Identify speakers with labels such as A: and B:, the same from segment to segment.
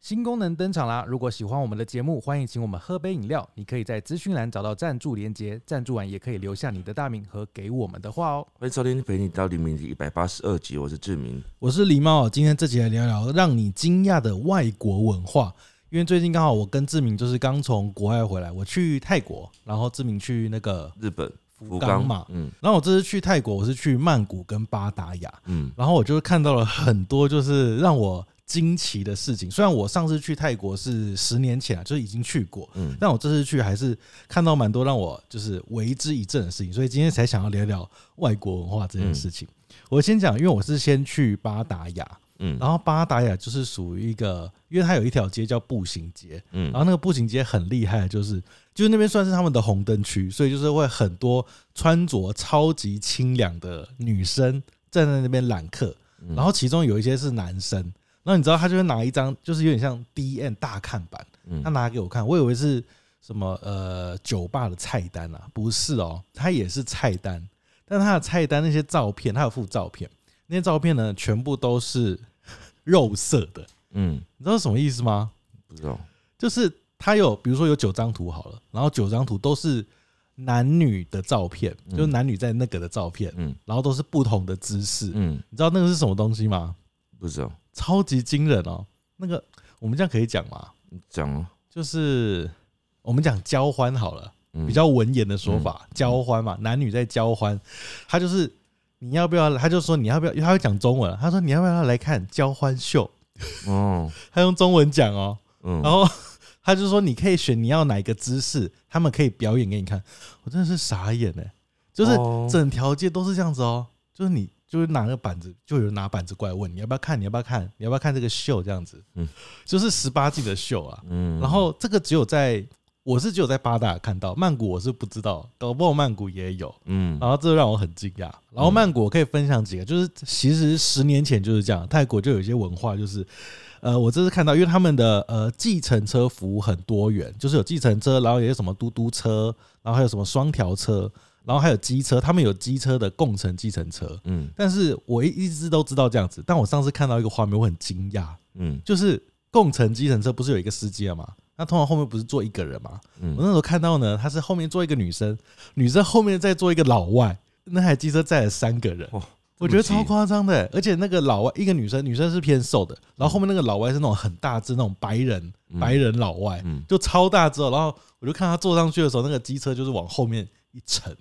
A: 新功能登场啦！如果喜欢我们的节目，欢迎请我们喝杯饮料。你可以在资讯栏找到赞助连接，赞助完也可以留下你的大名和给我们的话哦。
B: 欢迎收听《陪你到黎明》一百八十二集，我是志明。
C: 我是狸猫，今天这集来聊聊让你惊讶的外国文化。因为最近刚好我跟志明就是刚从国外回来，我去泰国，然后志明去那个，
B: 日本
C: 福冈嘛
B: 嗯
C: 然后我这次去泰国，我是去曼谷跟巴达雅，
B: 嗯，
C: 然后我就看到了很多就是让我惊奇的事情。虽然我上次去泰国是十年前啊，就是已经去过，
B: 嗯
C: 但我这次去还是看到蛮多让我就是为之一振的事情，所以今天才想要聊聊外国文化这件事情。我先讲，因为我是先去巴达雅，
B: 嗯
C: 然后巴达雅就是属于一个，因为它有一条街叫步行街，
B: 嗯
C: 然后那个步行街很厉害，就是就是那边算是他们的红灯区，所以就是会很多穿着超级清凉的女生站在那边揽客，
B: 嗯
C: 然后其中有一些是男生，然后你知道他就会拿一张就是有点像 D N 大看板，
B: 嗯
C: 他拿给我看，我以为是什么呃酒吧的菜单啊，不是哦，它也是菜单，但它的菜单那些照片，它有附照片，那些照片呢全部都是肉色的，
B: 嗯，
C: 你知道什么意思吗？
B: 不知道，
C: 就是他有，比如说有九张图好了，然后九张图都是男女的照片，就是男女在那个的照片，
B: 嗯
C: 然后都是不同的姿势。
B: 嗯，
C: 你知道那个是什么东西吗？
B: 不知道，
C: 超级惊人哦！那个我们这样可以讲吗？
B: 讲哦，
C: 就是我们讲交欢好了，
B: 嗯
C: 比较文言的说法，交欢嘛，男女在交欢，他就是你要不要？他就说你要不要？因为他会讲中文，啊他说你要不要来看交欢秀？
B: 哦，
C: 他用中文讲哦，
B: 嗯，
C: 然后 他就说你可以选你要哪一个姿势，他们可以表演给你看。我真的是傻眼哎、就是
B: 哦
C: 整条街都是这样子哦，就是你就是拿个板子，就有人拿板子过来问你要不要看，你要不要看，你要不要看这个秀这样子，
B: 嗯
C: 就是十八禁的秀啊。
B: 嗯，
C: 然后这个只有在我是只有在八大看到，曼谷我是不知道，搞不好曼谷也有。
B: 嗯
C: 然后这让我很惊讶。然后曼谷我可以分享几个，就是其实十年前就是这样，泰国就有一些文化，就是呃，我这次看到，因为他们的呃计程车服务很多元，就是有计程车，然后也有什么嘟嘟车，然后还有什么双条车，然后还有机车，他们有机车的共乘计程车。
B: 嗯
C: 但是我一一直都知道这样子，但我上次看到一个画面，我很惊讶，
B: 嗯
C: 就是共乘计程车不是有一个司机了吗？那通常后面不是坐一个人吗？我那
B: 嗯，
C: 时候看到呢，他是后面坐一个女生，女生后面再坐一个老外，那台机车载了三个人，
B: 哇
C: 我觉得超夸张的、而且那个老外一个女生，女生是偏瘦的，然后后面那个老外是那种很大只那种白人、
B: 嗯
C: 白人老外，
B: 嗯
C: 就超大只、哦。然后我就看他坐上去的时候，那个机车就是往后面一沉，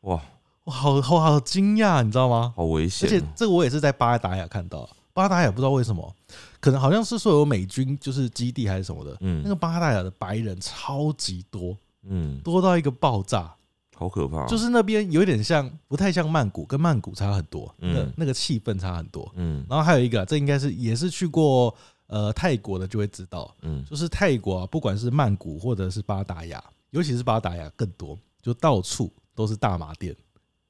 B: 哇，
C: 我好好好惊讶，你知道吗？
B: 好危
C: 而
B: 险
C: 且
B: 哦，
C: 这个我也是在巴达雅看到，啊巴达雅不知道为什么，可能好像是说有美军就是基地还是什么的，那
B: 嗯
C: 个巴达雅的白人超级多，
B: 嗯，
C: 多到一个爆炸。
B: 好可怕哦，
C: 就是那边有点像，不太像曼谷，跟曼谷差很多，
B: 嗯
C: 那那个气氛差很多。
B: 嗯
C: 然后还有一个啊，这应该是也是去过呃泰国的就会知道，
B: 嗯
C: 就是泰国啊，不管是曼谷或者是巴达雅，尤其是巴达雅更多，就到处都是大麻店，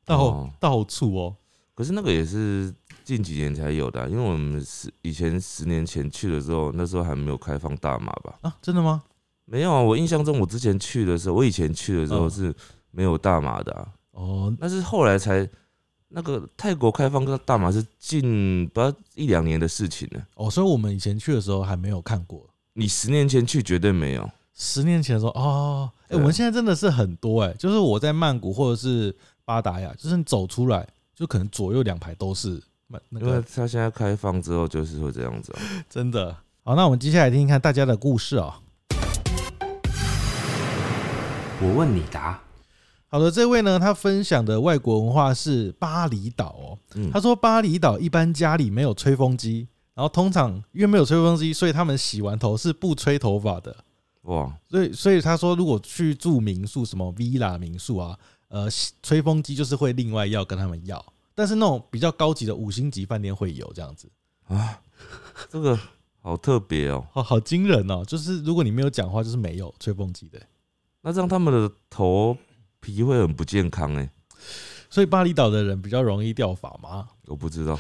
C: 到、
B: 哦
C: 到处哦，
B: 可是那个也是近几年才有的啊、因为我们十以前十年前去的时候，那时候还没有开放大麻吧？
C: 啊，真的吗？
B: 没有啊，我印象中我之前去的时候，我以前去的时候
C: 嗯
B: 是没有大麻的、啊，
C: 哦，
B: 那是后来才那个泰国开放大麻是近不知道一两年的事情呢、
C: 哦，所以我们以前去的时候还没有看过，
B: 你十年前去绝对没有，
C: 十年前的时候，哦，哎、
B: 对
C: 我们现在真的是很多哎、就是我在曼谷或者是巴达雅，就是你走出来，就可能左右两排都是曼那
B: 因为
C: 个
B: 它现在开放之后就是会这样子、啊。
C: 真的。好，那我们接下来听听看大家的故事哦。
D: 我问你答，
C: 好的，这位呢，他分享的外国文化是巴厘岛哦。
B: 嗯
C: 他说巴厘岛一般家里没有吹风机，然后通常因为没有吹风机，所以他们洗完头是不吹头发的。
B: 哇，
C: 所以，所以他说，如果去住民宿，什么 villa 民宿啊，呃，吹风机就是会另外要跟他们要，但是那种比较高级的五星级饭店会有这样子，
B: 啊这个好特别哦。
C: 好好惊人哦！就是如果你没有讲话，就是没有吹风机的。
B: 那这样他们的头皮会很不健康哎、
C: 所以巴厘岛的人比较容易掉发嘛。
B: 我不知道。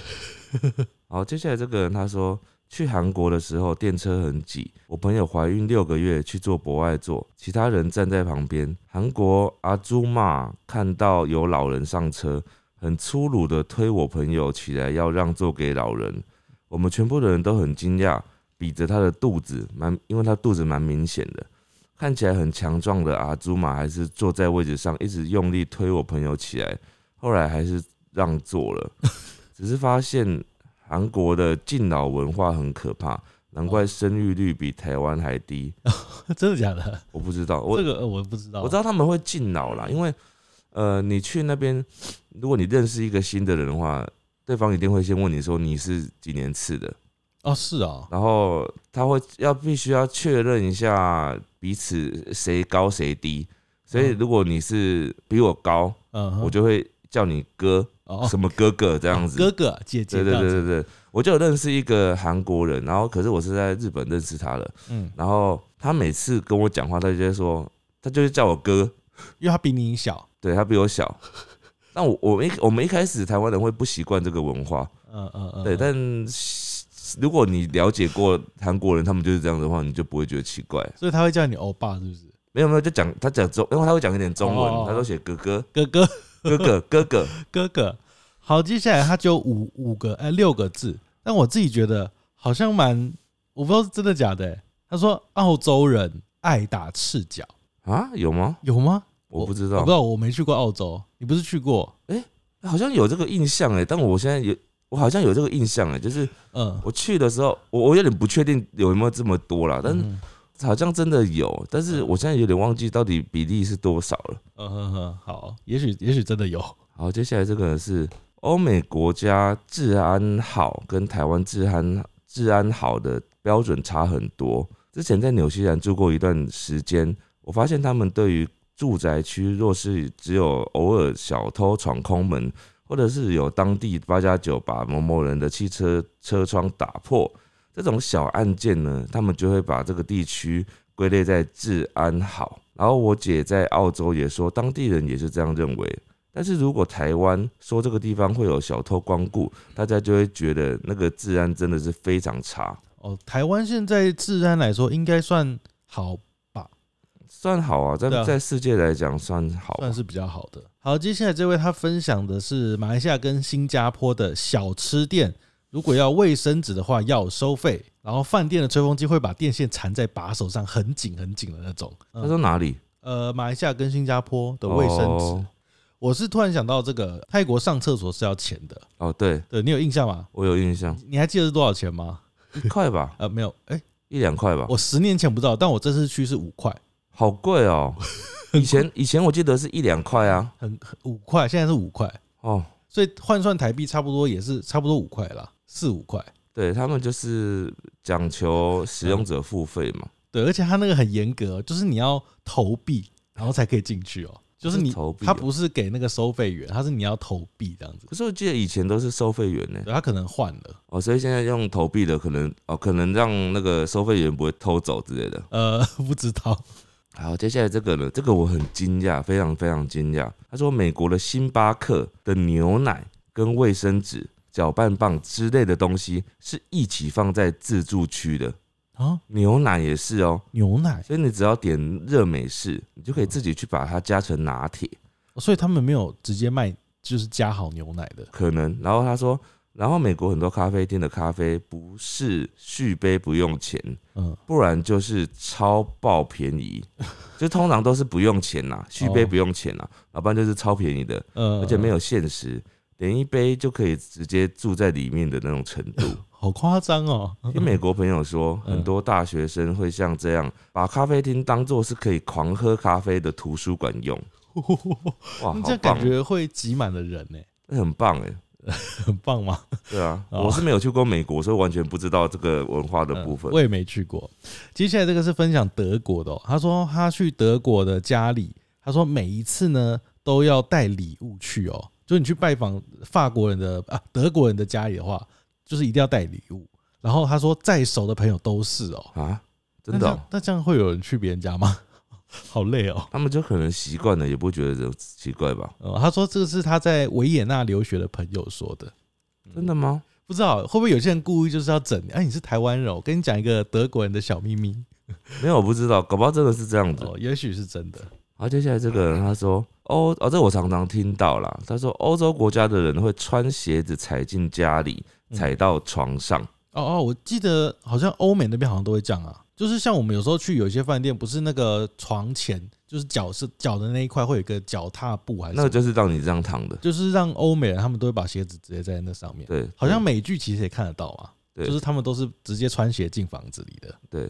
B: 好，接下来这个人他说，去韩国的时候电车很挤，我朋友怀孕六个月去坐博爱座，其他人站在旁边。韩国阿朱玛看到有老人上车，很粗鲁的推我朋友起来要让座给老人，我们全部的人都很惊讶。比着他的肚子，蛮因为他肚子蛮明显的，看起来很强壮的阿朱玛还是坐在位置上，一直用力推我朋友起来，后来还是让座了。只是发现韩国的敬老文化很可怕，难
C: 哦
B: 怪生育率比台湾还低。
C: 真的假的？
B: 我不知道，我
C: 这个呃我不知道，
B: 我知道他们会敬老啦，因为呃，你去那边，如果你认识一个新的人的话，对方一定会先问你说你是几年次的，
C: 哦，是哦，
B: 然后他会要必须要确认一下彼此谁高谁低，所以
C: 嗯
B: 如果你是比我高，
C: 嗯哼，
B: 我就会叫你哥
C: 哦
B: 什么哥哥这样子，
C: 哥哥姐姐这
B: 对对
C: 样
B: 对
C: 子，
B: 对对，我就有认识一个韩国人，然后可是我是在日本认识他的，
C: 嗯，
B: 然后他每次跟我讲话，他就会说，他就会叫我哥，
C: 因为他比你小，
B: 对他比我小。 但我我们一我们一开始台湾人会不习惯这个文化，
C: 嗯嗯嗯，
B: 对，
C: 嗯
B: 但如果你了解过韩国人，他们就是这样的话，你就不会觉得奇怪。
C: 所以他会叫你欧巴，是不是？
B: 没有没有，就讲他讲中，因为他会讲一点中
C: 哦
B: 文，他都写哥哥
C: 哥哥，
B: 哥哥哥哥，
C: 哥哥。好，接下来他就五五个哎、六个字，但我自己觉得好像蛮，我不知道是真的假的、欸。他说澳洲人爱打赤脚，
B: 啊，有吗？
C: 有吗？
B: 我不知
C: 我
B: 道
C: 不知，道，我没去过澳洲，你不是去过？
B: 好像有这个印象哎，但我现在有，我好像有这个印象哎，就是
C: 嗯，
B: 我去的时候，我我有点不确定有没有这么多啦，但
C: 嗯
B: 是好像真的有，但是我现在有点忘记到底比例是多少了。
C: 嗯哼哼，好，也许也许真的有，
B: 好，接下来这个是欧美国家治安好跟台湾治安治安好的标准差很多。之前在纽西兰住过一段时间，我发现他们对于住宅区若是只有偶尔小偷闯空门，或者是有当地八加九把某某人的汽车车窗打破这种小案件呢，他们就会把这个地区归类在治安好。然后我姐在澳洲也说，当地人也是这样认为。但是如果台湾说这个地方会有小偷光顾，大家就会觉得那个治安真的是非常差。
C: 哦，台湾现在治安来说应该算好，
B: 算好啊，在
C: 对啊
B: 在世界来讲算好啊、
C: 算是比较好的。好，接下来这位他分享的是马来西亚跟新加坡的小吃店，如果要卫生纸的话要收费，然后饭店的吹风机会把电线缠在把手上，很紧很紧的那种。
B: 他说
C: 嗯、
B: 哪里
C: 呃，马来西亚跟新加坡的卫生纸，
B: 哦
C: 我是突然想到这个，泰国上厕所是要钱的，
B: 哦，对
C: 对你有印象吗？
B: 我有印 象，
C: 你还记得是多少钱吗？
B: 一块吧，
C: 呃，没有，哎、
B: 一两块吧，
C: 我十年前不知道，但我这次去是五块，
B: 好 贵哦。以前以前我记得是一两块啊，
C: 很很五块，现在是五块，
B: 哦，
C: 所以换算台币差不多也是差不多五块啦，四五块。
B: 对他们就是讲求使用者付费嘛，
C: 对，而且他那个很严格，哦就是你要投币，然后才可以进去哦。就是你
B: 是投，币哦
C: 他不是给那个收费员，他是你要投币这样子。
B: 可是我记得以前都是收费员呢，
C: 对，他可能换了，
B: 哦，所以现在用投币的可能哦，可能让那个收费员不会偷走之类的。
C: 呃， 不知道。
B: 好，接下来这个呢，这个我很惊讶，非常非常惊讶。他说，美国的星巴克的牛奶跟卫生纸、搅拌棒之类的东西是一起放在自助区的，
C: 啊，
B: 牛奶也是哦。
C: 牛奶，
B: 所以你只要点热美式，你就可以自己去把它加成拿铁，
C: 所以他们没有直接卖，就是加好牛奶的。
B: 可能。然后他说，然后美国很多咖啡店的咖啡不是续杯不用钱，
C: 嗯，
B: 不然就是超爆便宜， 就通常都是不用钱啦，续杯不用钱啦，要不然就是超便宜的。
C: 呃，
B: 而且没有限时，点一杯就可以直接住在里面的那种程 度。
C: 呃好夸张哦。
B: 听美国朋友说，
C: 嗯
B: 很多大学生会像这样，把咖啡厅当做是可以狂喝咖啡的图书馆用。哇，
C: 那
B: 好
C: 这样
B: 棒
C: 感，觉会挤满的人呢、
B: 那很棒哎。
C: 很棒吗？
B: 对啊，
C: 哦
B: 我是没有去过美国，所以完全不知道这个文化的部分
C: 嗯。我也没去过。接下来这个是分享德国的、哦，他说他去德国的家里，他说每一次呢都要带礼物去哦，就是你去拜访法国人的啊德国人的家里的话，就是一定要带礼物。然后他说在熟的朋友都是哦，
B: 啊，
C: 那
B: 真的
C: 这
B: 哦、
C: 样那这样会有人去别人家吗？ 好累哦。
B: 他们就可能习惯了，也不会觉得这奇怪吧？
C: 呃，他说这个是他在维也纳留学的朋友说的，嗯
B: 真的吗？
C: 不知道会不会有些人故意就是要整你？哎、你是台湾人哦，我跟你讲一个德国人的小秘密
B: 没有，我不知道，搞不好真的是这样子。
C: 哦，也许是真的。
B: 好，接下来这个人他说欧哦，这我常常听到啦。他说欧洲国家的人会穿鞋子踩进家里，
C: 嗯
B: 踩到床上，
C: 哦哦，我记得好像欧美那边好像都会这样啊，就是像我们有时候去有一些饭店，不是那个床前，就是脚是脚的那一块会有一个脚踏布还是什
B: 那
C: 么
B: 个就是让你这样躺的，
C: 就是让欧美人他们都会把鞋子直接在那上面，
B: 对，
C: 好像美剧其实也看得到啊，
B: 对
C: 就是他们都是直接穿鞋进房子里的。
B: 对，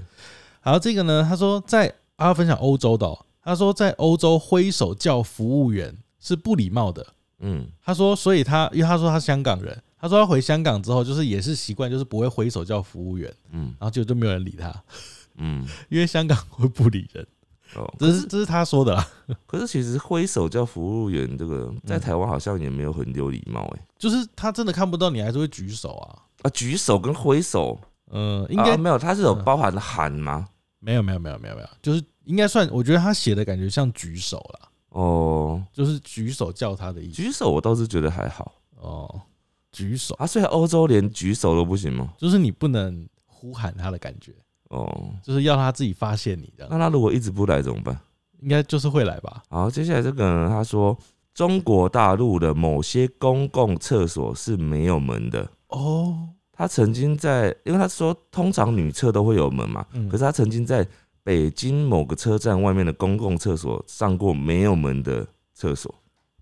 C: 然后这个呢，他说在他分享欧洲的、哦，他说在欧洲挥手叫服务员是不礼貌的。
B: 嗯，
C: 他说，所以他因为他说他是香港人，他说他回香港之后就是也是习惯就是不会挥手叫服务员，
B: 嗯，
C: 然后就就没有人理他，
B: 嗯，
C: 因为香港会不理人，
B: 哦，
C: 这是这是他说的啦。
B: 可是其实挥手叫服务员，这个
C: 嗯
B: 在台湾好像也没有很有礼貌哎、
C: 就是他真的看不到你，还是会举手啊。
B: 啊，举手跟挥手
C: 嗯，应该
B: 啊、没有，它是有包含喊吗？
C: 没有没有没有没有没有，就是应该算，我觉得他写的感觉像举手啦，
B: 哦，
C: 就是举手叫他的意思
B: 举手我倒是觉得还好
C: 哦，举手
B: 啊，所以欧洲连举手都不行吗？
C: 就是你不能呼喊他的感觉，
B: 哦，
C: 就是要他自己发现你这样，
B: 那他如果一直不来怎么办？
C: 应该就是会来吧？
B: 好，接下来这个呢，他说中国大陆的某些公共厕所是没有门的。
C: 哦，
B: 他曾经在，因为他说通常女厕都会有门嘛，
C: 嗯
B: 可是他曾经在北京某个车站外面的公共厕所上过没有门的厕所。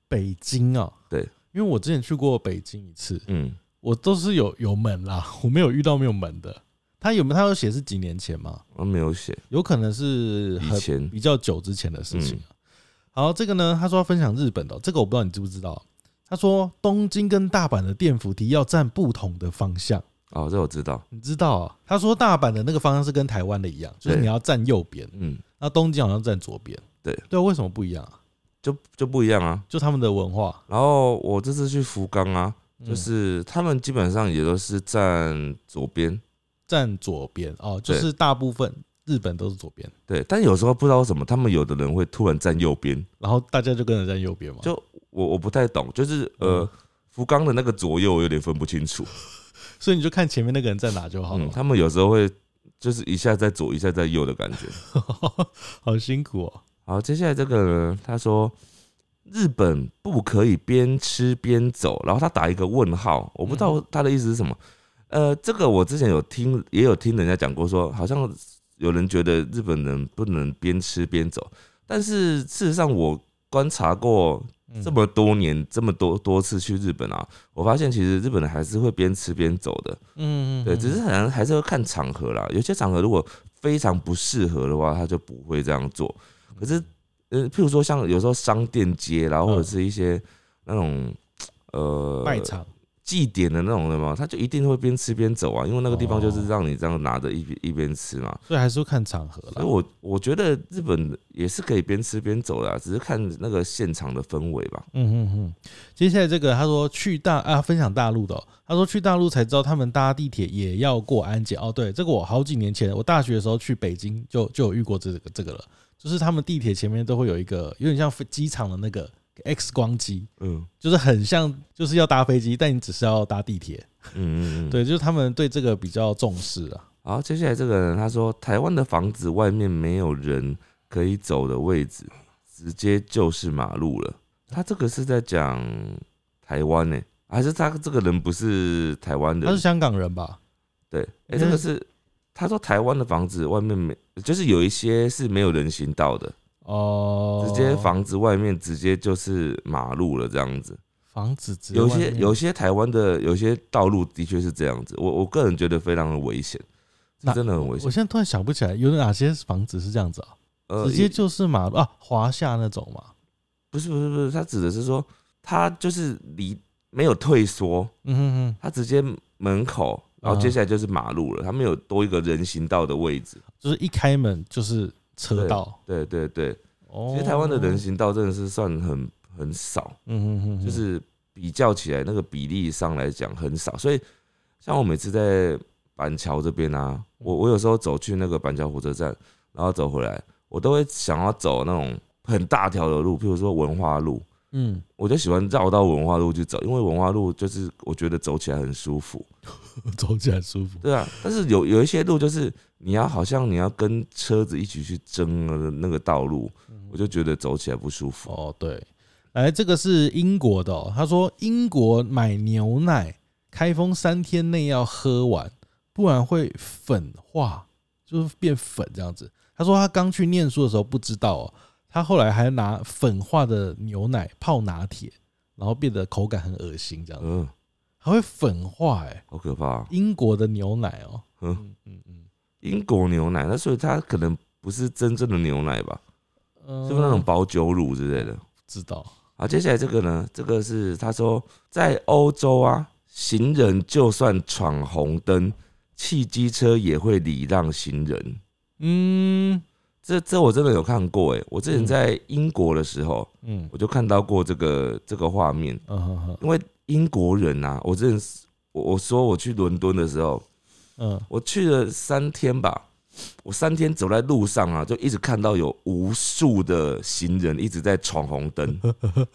C: 北京啊，
B: 对，
C: 因为我之前去过北京一次，
B: 嗯，
C: 我都是有有门啦，我没有遇到没有门的。他有没有？他有写是几年前吗？
B: 我没有写
C: 有可能是
B: 以
C: 很
B: 前嗯
C: 比较久之前的事情、啊。好，这个呢，他说要分享日本的哦，这个我不知道你知不知道。他说东京跟大阪的电扶梯要站不同的方向，
B: 哦，这我知道。
C: 你知道、啊？他说大阪的那个方向是跟台湾的一样，就是
B: 对
C: 你要站右边，
B: 嗯，
C: 那东京好像站左边。
B: 对
C: 对啊，为什么不一样啊？
B: 就就不一样啊。
C: 就他们的文化，
B: 然后我这次去福冈啊，
C: 嗯
B: 就是他们基本上也都是站左边，
C: 站左边哦，就
B: 对
C: 是大部分日本都是左边，
B: 对，但有时候不知道为什么，他们有的人会突然站右边，
C: 然后大家就跟着站右边嘛。
B: 就我我不太懂，就是呃，福冈的那个左右我有点分不清楚。
C: 所以你就看前面那个人在哪就好了
B: 嗯，
C: 嘛。
B: 他们有时候会就是一下在左，一下在右的感觉。
C: 好辛苦哦。
B: 好，接下来这个呢，他说日本不可以边吃边走，然后他打一个问号，我不知道他的意思是什么。呃，这个我之前有听，也有听人家讲过说好像有人觉得日本人不能边吃边走，但是事实上我观察过
C: 嗯
B: 这么多年，这么多多次去日本啊，我发现其实日本人还是会边吃边走的。
C: 嗯，嗯
B: 对，
C: 嗯
B: 只是可能还是要看场合啦。有些场合如果非常不适合的话，他就不会这样做。
C: 嗯
B: 可是，呃，譬如说像有时候商店街啦，或者是一些那种呃
C: 卖场
B: 祭典的那种的嘛，他就一定会边吃边走啊，因为那个地方
C: 哦
B: 就是让你这样拿着一边一边吃嘛。
C: 所以还是会看场合
B: 所
C: 啦。
B: 以我我觉得日本也是可以边吃边走的、啊，只是看那个现场的氛围吧。
C: 嗯嗯嗯。接下来这个他说去大啊，分享大陆的哦、他说去大陆才知道他们搭地铁也要过安检哦。对，这个我好几年前我大学的时候去北京就就有遇过这个这个了，就是他们地铁前面都会有一个有点像飞机场的那个 X 光机，
B: 嗯
C: 就是很像就是要搭飞机，但你只是要搭地铁。
B: 嗯嗯嗯，。
C: 对，就是他们对这个比较重视啊。
B: 好，接下来这个人他说，台湾的房子外面没有人可以走的位置，直接就是马路了。他这个是在讲台湾呢、还是他这个人不是台湾
C: 他
B: 人
C: 是？香港人吧？
B: 对，哎、这个是他说台湾的房子外面没，就是有一些是没有人行道的，
C: 哦，
B: 直接房子外面直接就是马路了这样子。
C: 房子直接
B: 有
C: 外
B: 些
C: 面
B: 有些台湾的有些道路的确是这样子，我我个人觉得非常的危险，
C: 那
B: 是真的很危
C: 我
B: 险。
C: 现在突然想不起来有哪些房子是这样子啊，
B: 呃
C: 直接
B: 也
C: 就是马路啊，华夏那种嘛。
B: 不是不是不是，他指的是说他就是离没有退缩，
C: 嗯哼
B: 他直接门口，然
C: 嗯
B: 后接下来就是马路了，他没有多一个人行道的位置。
C: 哼，就是一开门就是车道。
B: 对对对，
C: 哦
B: 其实台湾的人，行道真的是算很很少，
C: 嗯哼哼哼，
B: 就是比较起来那个比例上来讲很少，所以像我每次在板桥这边
C: 嗯
B: 啊，我我有时候走去那个板桥火车站，然后走回来，我都会想要走那种很大条的路，譬如说文化路，
C: 嗯，
B: 我就喜欢绕到文化路去走，因为文化路就是我觉得走起来很舒服，嗯
C: 走起来舒服。
B: 对啊。但是有有一些路就是你要好像你要跟车子一起去争的那个道路，我就觉得走起来不舒服。
C: 哦，对，来这个是英国的、哦，他说英国买牛奶，开封三天内要喝完，不然会粉化，就是变粉这样子。他说他刚去念书的时候不知道、哦，他后来还拿粉化的牛奶泡拿铁，然后变得口感很恶心这样子，
B: 嗯，
C: 还会粉化哎、
B: 好可怕、啊。
C: 英国的牛奶哦，
B: 嗯
C: 嗯嗯嗯，
B: 英国牛奶，那所以它可能不是真正的牛奶吧？
C: 呃
B: 是不是那种保酒乳之类的？
C: 知道？
B: 好，接下来这个呢？这个是他说，在欧洲啊，行人就算闯红灯，汽机车也会礼让行人。
C: 嗯
B: 这这我真的有看过诶、我之前
C: 嗯
B: 在英国的时候，
C: 嗯
B: 我就看到过这个这个画面。
C: 嗯哼哼
B: 因为英国人啊，我之前是我我说我去伦敦的时候，
C: 嗯
B: 我去了三天吧，我三天走在路上啊，就一直看到有无数的行人一直在闯红灯，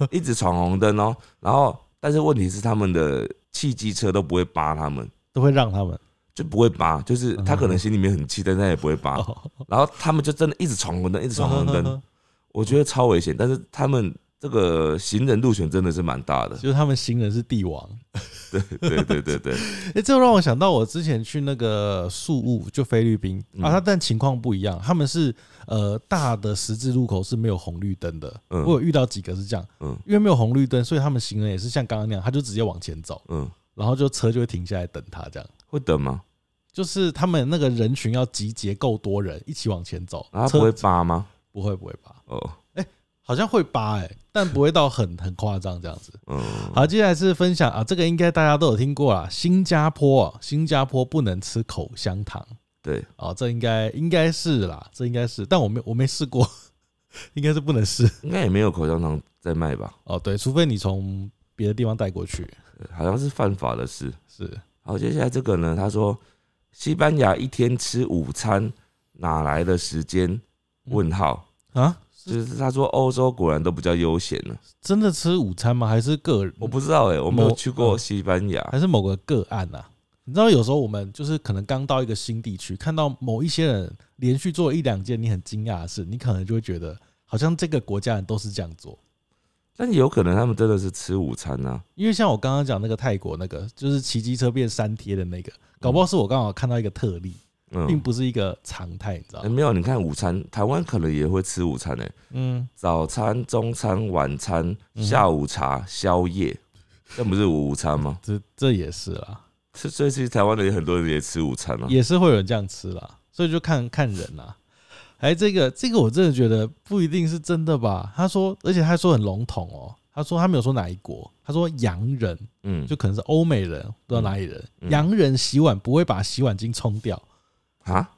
B: 一直闯红灯哦。然后，但是问题是他们的汽机车都不会扒他们，
C: 都会让他们
B: 就不会扒，就是他可能心里面很气，但他也不会扒。
C: 嗯哦，
B: 然后他们就真的一直闯红灯，一啊直闯红灯，我觉得超危险。但是他们这个行人路权真的是蛮大的，
C: 就是他们行人是帝王。
B: 对对 对对，
C: 哎、这让我想到我之前去那个宿务，就菲律宾
B: 嗯
C: 啊，它但情况不一样，他们是呃大的十字路口是没有红绿灯的，
B: 嗯
C: 我有遇到几个是这样，
B: 嗯
C: 因为没有红绿灯，所以他们行人也是像刚刚那样，他就直接往前走，
B: 嗯，
C: 然后就车就会停下来等他这样。
B: 会等吗？
C: 就是他们那个人群要集结够多人一起往前走，
B: 然后
C: 车
B: 啊不会扒吗？
C: 不会不会吧？
B: 哦，
C: 好像会扒哎、但不会到很很夸张这样子。
B: 嗯，
C: 好，接下来是分享啊，这个应该大家都有听过啦。新加坡、啊，新加坡不能吃口香糖
B: 对，
C: 哦，这应该应该是啦，这应该是，但我没我没试过， 应该是不能试
B: 应该也没有口香糖在卖吧？
C: 哦。对，除非你从别的地方带过去，
B: 好像是犯法的事。
C: 是
B: 好，接下来这个呢？他说，西班牙一天吃午餐哪来的时间？问号，
C: 啊，
B: 就是他说欧洲果然都比较悠闲呢。
C: 真的吃午餐吗？还是个人？
B: 我不知道哎、我没有
C: 某
B: 去过
C: 嗯
B: 西班牙。
C: 还是某个个案啊。你知道，有时候我们就是可能刚到一个新地区，看到某一些人连续做了一两件你很惊讶的事，你可能就会觉得好像这个国家人都是这样做。
B: 但有可能他们真的是吃午餐啊呢、
C: 因为像我刚刚讲那个泰国那个，就是骑机车变三贴的那个，搞不好是我刚好看到一个特例，并
B: 嗯，
C: 不是一个常态，你知道
B: 欸、
C: 吗？
B: 没有，你看午餐，台湾可能也会吃午餐哎、
C: 嗯，
B: 早餐、中餐、晚餐、
C: 嗯
B: 下午茶、宵夜，这不是午餐吗？
C: 这这也是啦，
B: 这所以其实台湾人也很多人也吃午餐啊。
C: 也是会有人这样吃啦，所以就看看人啦。哎，这个这个我真的觉得不一定是真的吧？他说，而且他说很笼统哦，他说他没有说哪一国，他说洋人
B: 嗯，
C: 就可能是欧美人，不知道哪里人，
B: 嗯
C: 洋人洗碗不会把洗碗巾冲掉，
B: 啊，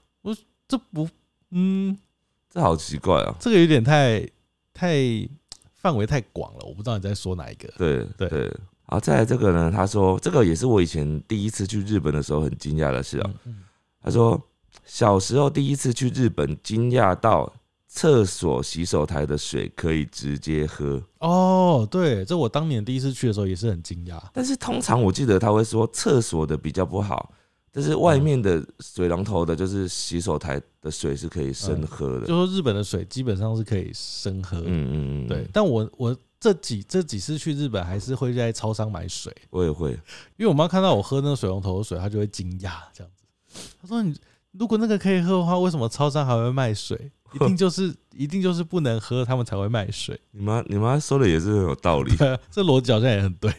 C: 这不，嗯，
B: 这好奇怪啊。
C: 这个有点太太范围太广了，我不知道你在说哪一个。
B: 对
C: 对
B: 对。好，再来这个呢？他说这个也是我以前第一次去日本的时候很惊讶的事啊。
C: 嗯
B: 他说小时候第一次去日本，惊讶到厕所洗手台的水可以直接喝，
C: 哦，对，这我当年第一次去的时候也是很惊讶。
B: 但是通常我记得他会说厕所的比较不好，但是外面的水龙头的，就是洗手台的水是可以生喝
C: 就
B: 的。
C: 说日本的水基本上是可以生喝，
B: 嗯嗯嗯，
C: 对。，但我我这几这几次去日本还是会在超商买水，
B: 我也会。
C: 因为我妈看到我喝那个水龙头的水，她就会惊讶这样子。她说你如果那个可以喝的话，为什么超商还会卖水？一定就是一定就是不能喝，他们才会卖水。
B: 你妈你妈说的也是很有道理。
C: 对，这逻辑好像也很对。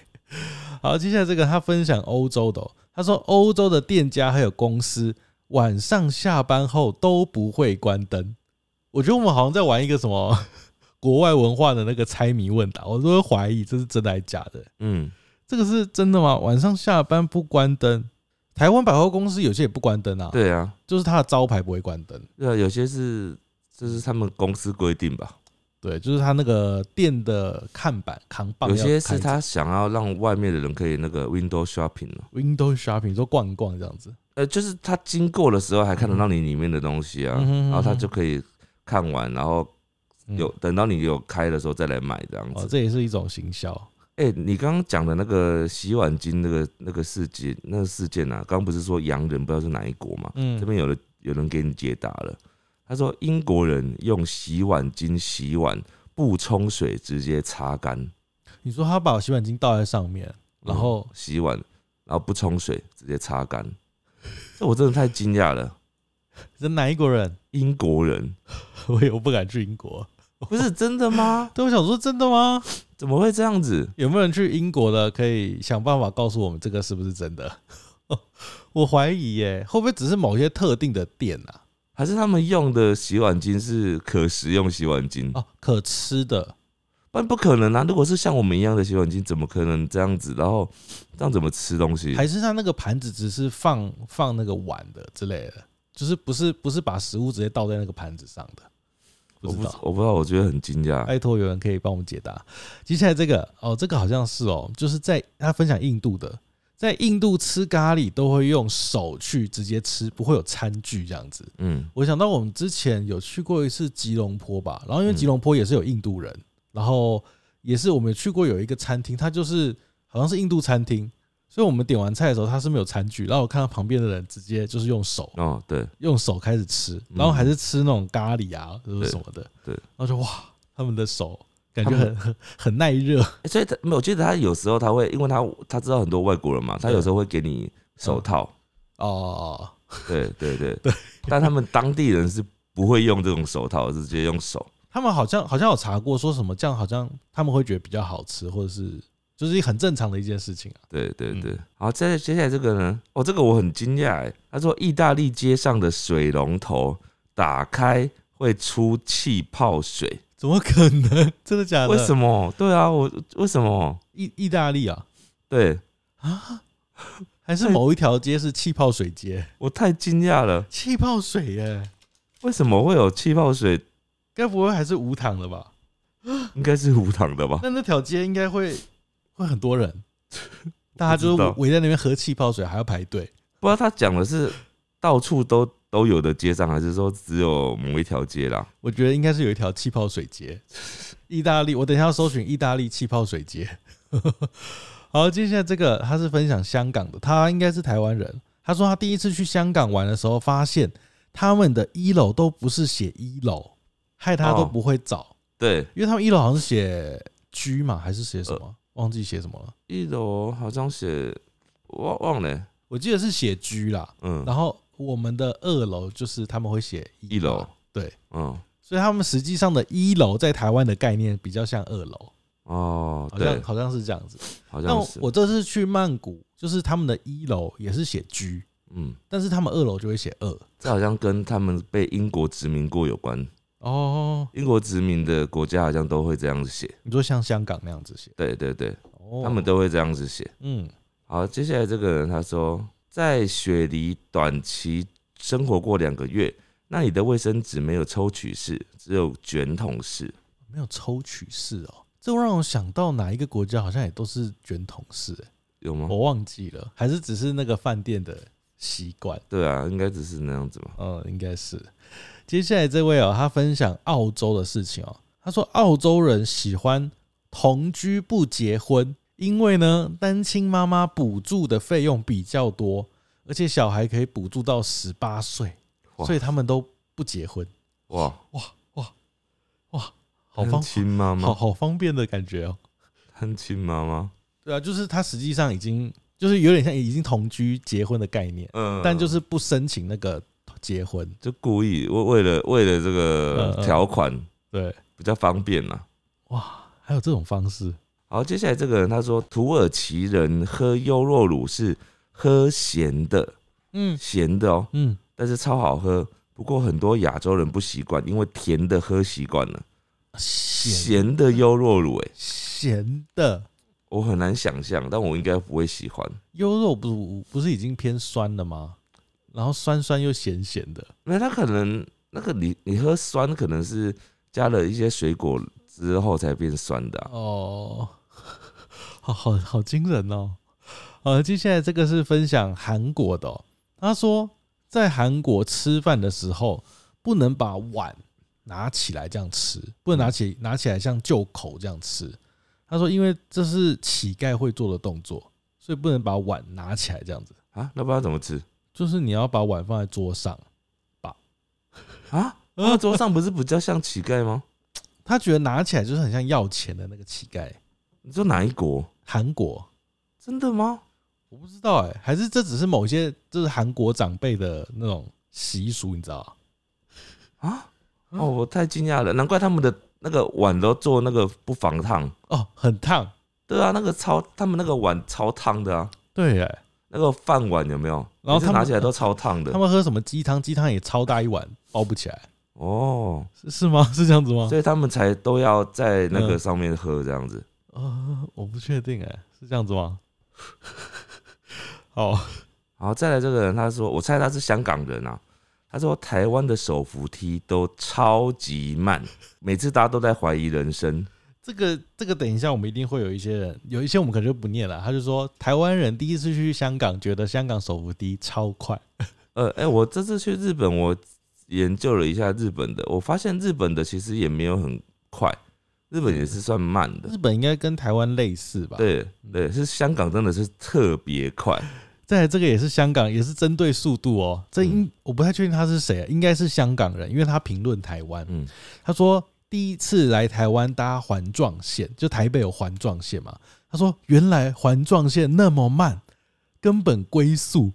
C: 好，接下来这个他分享欧洲的哦、他说欧洲的店家还有公司晚上下班后都不会关灯。我觉得我们好像在玩一个什么国外文化的那个猜谜问答，我都会怀疑这是真的还是假的。
B: 嗯，
C: 这个是真的吗？晚上下班不关灯？台湾百货公司有些也不关灯啊，，
B: 对啊，
C: 就是它的招牌不会关灯，
B: 对啊，有些是这是他们公司规定吧，
C: 对，就是它那个店的看板扛棒
B: 有
C: 要
B: 些
C: 开
B: 是
C: 着
B: 他想要让外面的人可以那个 window shopping 哦
C: window shopping 说逛一逛这样子，
B: 呃，就是他经过的时候还看得到你里面的东西啊，
C: 嗯哼
B: 然后他
C: 嗯哼
B: 就可以看完，然后
C: 嗯
B: 有等到你有开的时候再来买这样
C: 哦，
B: 子。
C: 这也是一种行销。
B: 哎、你刚刚讲的那个洗碗巾那个那个事件那个事件啊，刚刚不是说洋人不知道是哪一国嘛？
C: 嗯
B: 这边有人有人给你解答了，他说英国人用洗碗巾洗碗，不冲水直接擦干。
C: 你说他把洗碗巾倒在上面，然后
B: 嗯洗碗，然后不冲水，直接擦干。这这我真的太惊讶了。
C: 是哪一国人？
B: 英国人
C: 我也不敢去英国。
B: 不是真的吗？
C: 对，我想说真的吗？
B: 怎么会这样子？
C: 有没有人去英国的？可以想办法告诉我们这个是不是真的？ 我怀疑耶，会不会只是某些特定的店啊？
B: 还是他们用的洗碗巾是可食用洗碗巾？
C: 哦，可吃的
B: 不然不可能啊！如果是像我们一样的洗碗巾，怎么可能这样子？然后这样怎么吃东西？
C: 还是他那个盘子只是放放那个碗的之类的，就是不是不是把食物直接倒在那个盘子上的？不
B: 我
C: 知
B: 不
C: 道，哎
B: 我不知道，我觉得很惊讶。
C: 拜托有人可以帮我们解答。接下来这个哦，这个好像是哦，就是在他分享印度的，在印度吃咖喱都会用手去直接吃，不会有餐具这样子。
B: 嗯，
C: 我想到我们之前有去过一次吉隆坡吧，然后因为
B: 嗯
C: 吉隆坡也是有印度人，然后也是我们有去过有一个餐厅，它就是好像是印度餐厅，所以我们点完菜的时候它是没有餐具，然后我看到旁边的人直接就是用手
B: 哦，对，
C: 用手开始吃，
B: 嗯
C: 然后还是吃那种咖喱啊，就是什么的，
B: 对对
C: 然后就哇，他们的手感觉
B: 他们
C: 很 很很耐热，
B: 欸所以他没有，我记得他有时候他会，因为他他知道很多外国人嘛，他有时候会给你手
C: 嗯
B: 套。
C: 哦，
B: 对对对但他们当地人是不会用这种手套，是直接用手。
C: 他们好像好像有查过说什么这样好像他们会觉得比较好吃，或者是就是很正常的一件事情啊，
B: 对对
C: 嗯
B: 对，好，接接下来这个呢？哦，这个我很惊讶哎，他说意大利街上的水龙头打开会出气泡水，
C: 怎么可能？真的假的？
B: 为什么？对啊，我为什么？
C: 意意大利啊，
B: 对
C: 还是某一条街是气泡水街？
B: 我太惊讶了，
C: 气泡水耶、
B: 为什么会有气泡水？
C: 该不会还是无糖的吧？
B: 应该是无糖 的吧？
C: 那那条街应该会会很多 人，大家就是围在那边喝气泡水，还要排队。
B: 不知道他讲的是到处都都有的街上，还是说只有某一条街啦？
C: 我觉得应该是有一条气泡水街， 意大利。我等一下要搜寻意大利气泡水街。 好，接下来这个他是分享香港的，他应该是台湾人。他说他第一次去香港玩的时候，发现他们的一楼都不是写一楼，害他都
B: 哦
C: 不会找。
B: 对，
C: 因为他们一楼好像写居嘛，还是写什
B: 呃
C: 么？忘记写什么了。
B: 一楼好像写忘忘了欸、
C: 我记得是写居啦。
B: 嗯，
C: 然后我们的二楼就是他们会写
B: 一楼
C: 嘛，，对，
B: 嗯，
C: 所以他们实际上的一楼在台湾的概念比较像二楼，
B: 哦，
C: 好
B: 对
C: 像，好像是这样子。
B: 好
C: 那
B: 像
C: 我
B: 是，
C: 我这次去曼谷，就是他们的一楼也是写居，
B: 嗯，
C: 但是他们二楼就会写二。
B: 这好像跟他们被英国殖民过有关。
C: 哦，
B: 英国殖民的国家好像都会这样子写，
C: 你说像香港那样子写，
B: 对对对，
C: 哦，
B: 他们都会这样子写。
C: 嗯，
B: 好，接下来这个人他说，在雪梨短期生活过两个月，那你的卫生纸没有抽取式，只有卷筒式。
C: 没有抽取式哦，这让我想到哪一个国家好像也都是卷筒式、欸
B: 有吗？
C: 我忘记了，还是只是那个饭店的习惯？
B: 对啊，应该只是那样子嘛。
C: 嗯，应该是。接下来这位哦，他分享澳洲的事情哦。他说澳洲人喜欢同居不结婚，因为呢单亲妈妈补助的费用比较多，而且小孩可以补助到十八岁，
B: 哇
C: 所以他们都不结婚。
B: 哇，
C: 好
B: 单
C: 方
B: 亲妈
C: 好
B: 妈，
C: 好方便的感觉哦。
B: 单亲妈妈，
C: 对啊，就是他实际上已经就是有点像已经同居结婚的概念，
B: 嗯，
C: 但就是不申请那个结婚。
B: 就故意为为了为了这
C: 嗯
B: 个
C: 嗯
B: 条款
C: 对，
B: 比较方便啦。
C: 哇，还有这种方式，
B: 好，接下来这个人他说，土耳其人喝优酪乳是喝咸的，
C: 嗯
B: 咸的哦，
C: 嗯，
B: 但是超好喝。不过很多亚洲人不习惯，因为甜的喝习惯了，
C: 咸
B: 咸的优酪乳，哎，
C: 咸的
B: 我很难想象，但我应该不会喜欢。
C: 优肉不不是已经偏酸了吗？然后酸酸又咸咸的，
B: 那它可能那个你你喝酸可能是加了一些水果之后才变酸的啊、
C: 哦， 好好好惊人哦。呃，接下来这个是分享韩国的、哦，他说在韩国吃饭的时候不能把碗拿起来这样吃，不能拿起拿起来像就口这样吃。他说因为这是乞丐会做的动作，所以不能把碗拿起来这样子。
B: 啊，那不知道怎么吃
C: 就是你要把碗放在桌上。
B: 啊？那桌上不是比较像乞丐吗？
C: 他觉得拿起来就是很像要钱的那个乞丐。
B: 你说哪一国？
C: 韩国，
B: 真的吗？
C: 我不知道哎、还是这只是某些就是韩国长辈的那种习俗，你知道吗？
B: 啊！哦，我太惊讶了，难怪他们的那个碗都做那个不防烫。
C: 哦，很烫，
B: 对啊，那个超他们那个碗超烫的啊，
C: 对哎、
B: 那个饭碗有没有？
C: 然后
B: 每次
C: 他们
B: 拿起来都超烫的
C: 他。们喝什么鸡汤，鸡汤也超大一碗，包不起来，
B: 哦，
C: 是是吗？ 是这样子吗？
B: 所以他们才都要在那个
C: 嗯
B: 上面喝这样子。
C: 呃，我不确定哎、是这样子 吗？哦，
B: 好，再来这个人，他说，我猜他是香港人啊。他说台湾的手扶梯都超级慢， 每次大家都在怀疑人生。
C: 这个这个，等一下我们一定会有一些人，有一些我们可能就不念了。他就说，台湾人第一次去香港，觉得香港手扶梯超快，
B: 呃，哎、我这次去日本，我研究了一下日本的，我发现日本的其实也没有很快，日本也是算慢的。
C: 日本应该跟台湾类似吧？，
B: 对对，是香港真的是特别快，
C: 再来这个也是香港，也是针对速度哦。这
B: 嗯
C: 应、我不太确定他是谁、啊，应该是香港人，因为他评论台湾，
B: 嗯，
C: 他说第一次来台湾搭环状线，就台北有环状线嘛。他说原来环状线那么慢，根本龟速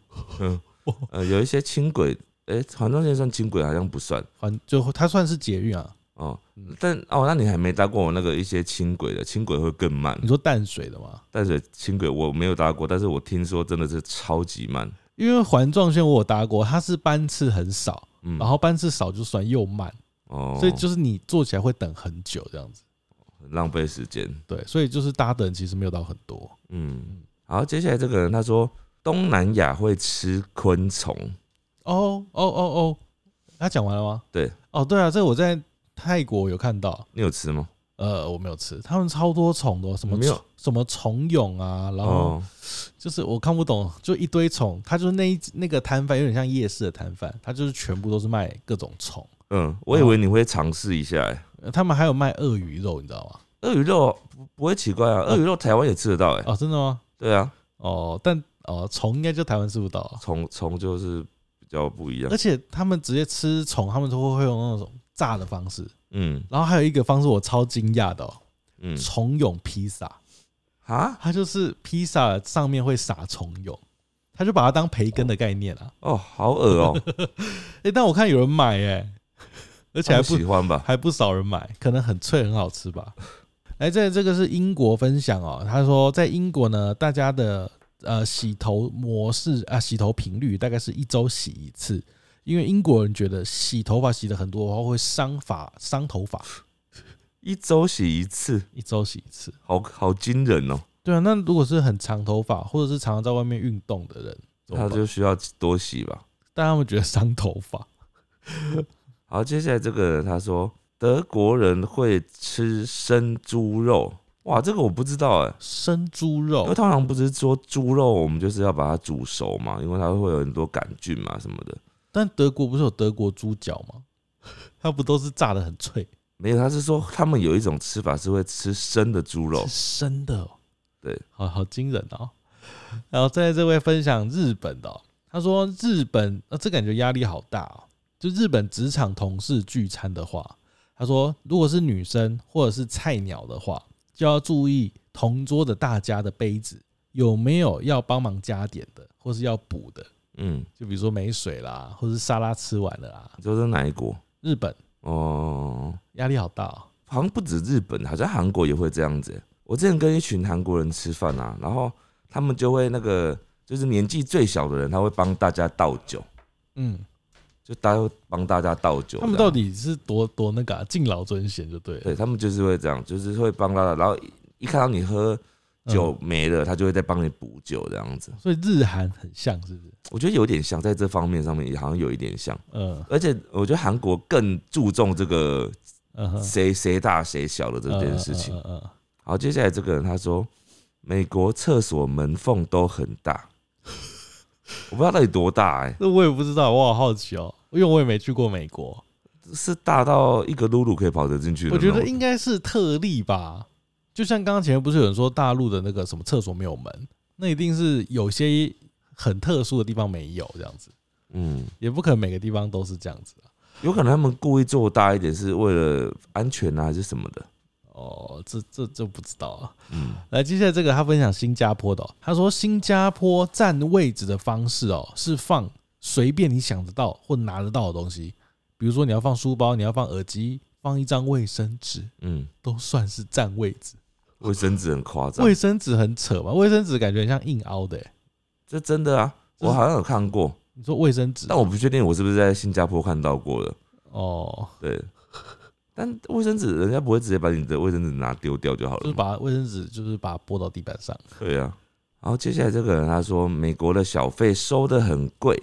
B: 呃，有一些轻轨，哎、环状线算轻轨好像不算
C: 环就它算是捷运啊。
B: 哦，但哦，那你还没搭过我那个一些轻轨的，轻轨会更慢
C: 你，说淡水的嘛？
B: 淡水轻轨我没有搭过，但是我听说真的是超级慢，
C: 因为环状线我有搭过，它是班次很少，
B: 嗯，
C: 然后班次少就算又慢，
B: 哦，
C: 哦所以就是你坐起来会等很久这样子。
B: 很浪费时间，
C: 对，所以就是搭的人其实没有到很多。
B: 嗯，好，接下来这个人他说东南亚会吃昆虫，
C: 哦哦哦哦，他讲完了吗？
B: 对，
C: 哦对啊，这个我在泰国有看到，
B: 你有吃吗？
C: 呃，我没有吃，他们超多虫的哦，什么
B: 没有
C: 虫什么虫蛹啊，然后
B: 哦，
C: 就是我看不懂，就一堆虫，他就是那一那个摊贩有点像夜市的摊贩，他就是全部都是卖各种虫，
B: 嗯，我以为你会尝试一下、哎，
C: 呃他们还有卖鳄鱼肉，你知道吗？
B: 鳄鱼肉不不会奇
C: 呃
B: 怪啊，鳄鱼肉台湾也吃得到、哎、
C: 哦，真的吗？
B: 对啊，
C: 哦，但哦，虫应该就台湾吃不到啊、
B: 虫虫就是比较不一样
C: 而，且他们直接吃虫，他们都会用那种炸的方式。
B: 嗯
C: 然后还有一个方式我超惊讶的、哦，
B: 嗯，
C: 虫蛹披萨，
B: 啊，
C: 它就是披萨上面会撒虫蛹，他就把它当培根的概念啊。
B: 哦，好 恶哦、
C: 哎、但我看有人买哎、 而且
B: 他
C: 还
B: 们
C: 不
B: 喜欢吧？
C: 还不少人买，可能很脆，很好吃吧。哎，这这个是英国分享哦，他说在英国呢，大家的呃洗头模式啊，洗头频率大概是一周洗一次，因为英国人觉得洗头发洗的很多的话会伤发伤头发，
B: 一周洗一次，
C: 一周洗一次。
B: 好好惊人哦、
C: 对啊，那如果是很长头发，或者是常常在外面运动的人，怎么办
B: 他就需要多洗吧。
C: 但他们觉得伤头发，
B: 好，接下来这个人他说德国人会吃生猪肉，哇，这个我不知道哎、
C: 生猪
B: 因为
C: 肉
B: 通常不是说猪肉我们就是要把它煮熟嘛，因为它会有很多杆菌嘛什么的。
C: 但德国不是有德国猪脚吗？ 它不都是炸的很脆，
B: 没有，他是说他们有一种吃法是会吃生的猪肉
C: 是，生的、哦，
B: 对，
C: 好好惊人哦。然后在这位分享日本的哦、他说日本，呃，这感觉压力好大哦。就日本职场同事聚餐的话，他说如果是女生或者是菜鸟的话，就要注意同桌的大家的杯子有没有要帮忙加点的，或是要补的。
B: 嗯，
C: 就比如说没水啦，或是沙拉吃完了啦。
B: 你说是哪一国？
C: 日本
B: 哦，
C: 压力好大、哦，
B: 好像不止日本，好像韩国也会这样子欸。我之前跟一群韩国人吃饭啊，然后他们就会那个，就是年纪最小的人，他会帮大家倒酒，
C: 嗯，
B: 就大家会帮大家倒酒这
C: 啊
B: 样。
C: 他们到底是多多那个、啊、敬老尊贤就对了。
B: 对他们就是会这样，就是会帮大家，然后一一看到你喝酒没了，他就会再帮你补酒这样子。
C: 嗯所以日韩很像，是不是？
B: 我觉得有点像，在这方面上面也好像有一点像，
C: 嗯
B: 而且我觉得韩国更注重这个
C: 嗯哼，
B: 谁谁大谁小的这件事情。
C: 嗯嗯嗯嗯
B: 好，接下来这个人他说，美国厕所门缝都很大， 我不知道到底多大哎、
C: 这我也不知道，我好好奇哦，因为我也没去过美国，
B: 是大到一个露露可以跑得进去的
C: 我
B: 那种。
C: 觉得应该是特例吧。就像刚刚前面不是有人说大陆的那个什么厕所没有门，那一定是有些很特殊的地方没有这样子，
B: 嗯，
C: 也不可能每个地方都是这样子啊
B: 有可能他们故意做大一点，是为了安全啊，还是什么的？
C: 哦，这这这不知道啊。
B: 嗯，
C: 来，接下来这个他分享新加坡的、哦，他说新加坡占位置的方式哦，是放随便你想得到或拿得到的东西，比如说你要放书包，你要放耳机，放一张卫生纸，
B: 嗯，
C: 都算是占位置。
B: 卫生纸很夸张
C: 卫，生纸很扯吧？卫生纸感觉很像硬凹的、欸。
B: 这真的啊，
C: 就是
B: 我好像有看过，
C: 你说卫生纸？
B: 但我不确定我是不是在新加坡看到过的。
C: 哦，
B: 对，但卫生纸人家不会直接把你的卫生纸拿丢掉就好
C: 就是
B: 了嘛。
C: 把卫生纸就是把它拨到地板上。
B: 对啊。然后接下来这个人他说，美国的小费收的很贵，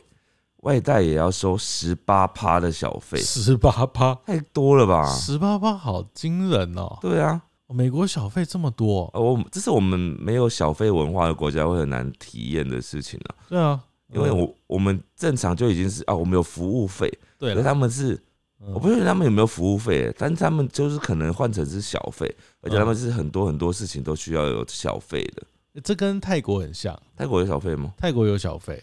B: 外带也要收十八趴的小费，啊
C: 十八趴，
B: 太多了吧？
C: 十八趴，好惊人哦！
B: 对啊，
C: 美国小费这么多，
B: 呃，我这是我们没有小费文化的国家会很难体验的事情啊，
C: 对啊，
B: 因为
C: 嗯
B: 我我们正常就已经是啊，我们有服务费，
C: 对
B: 可
C: 了，
B: 是他们是
C: 嗯
B: 我不确定他们有没有服务费，但是他们就是可能换成是小费，而
C: 嗯
B: 且他们是很多很多事情都需要有小费的。
C: 欸这跟泰国很像，
B: 泰国有小费吗？
C: 泰国有小费，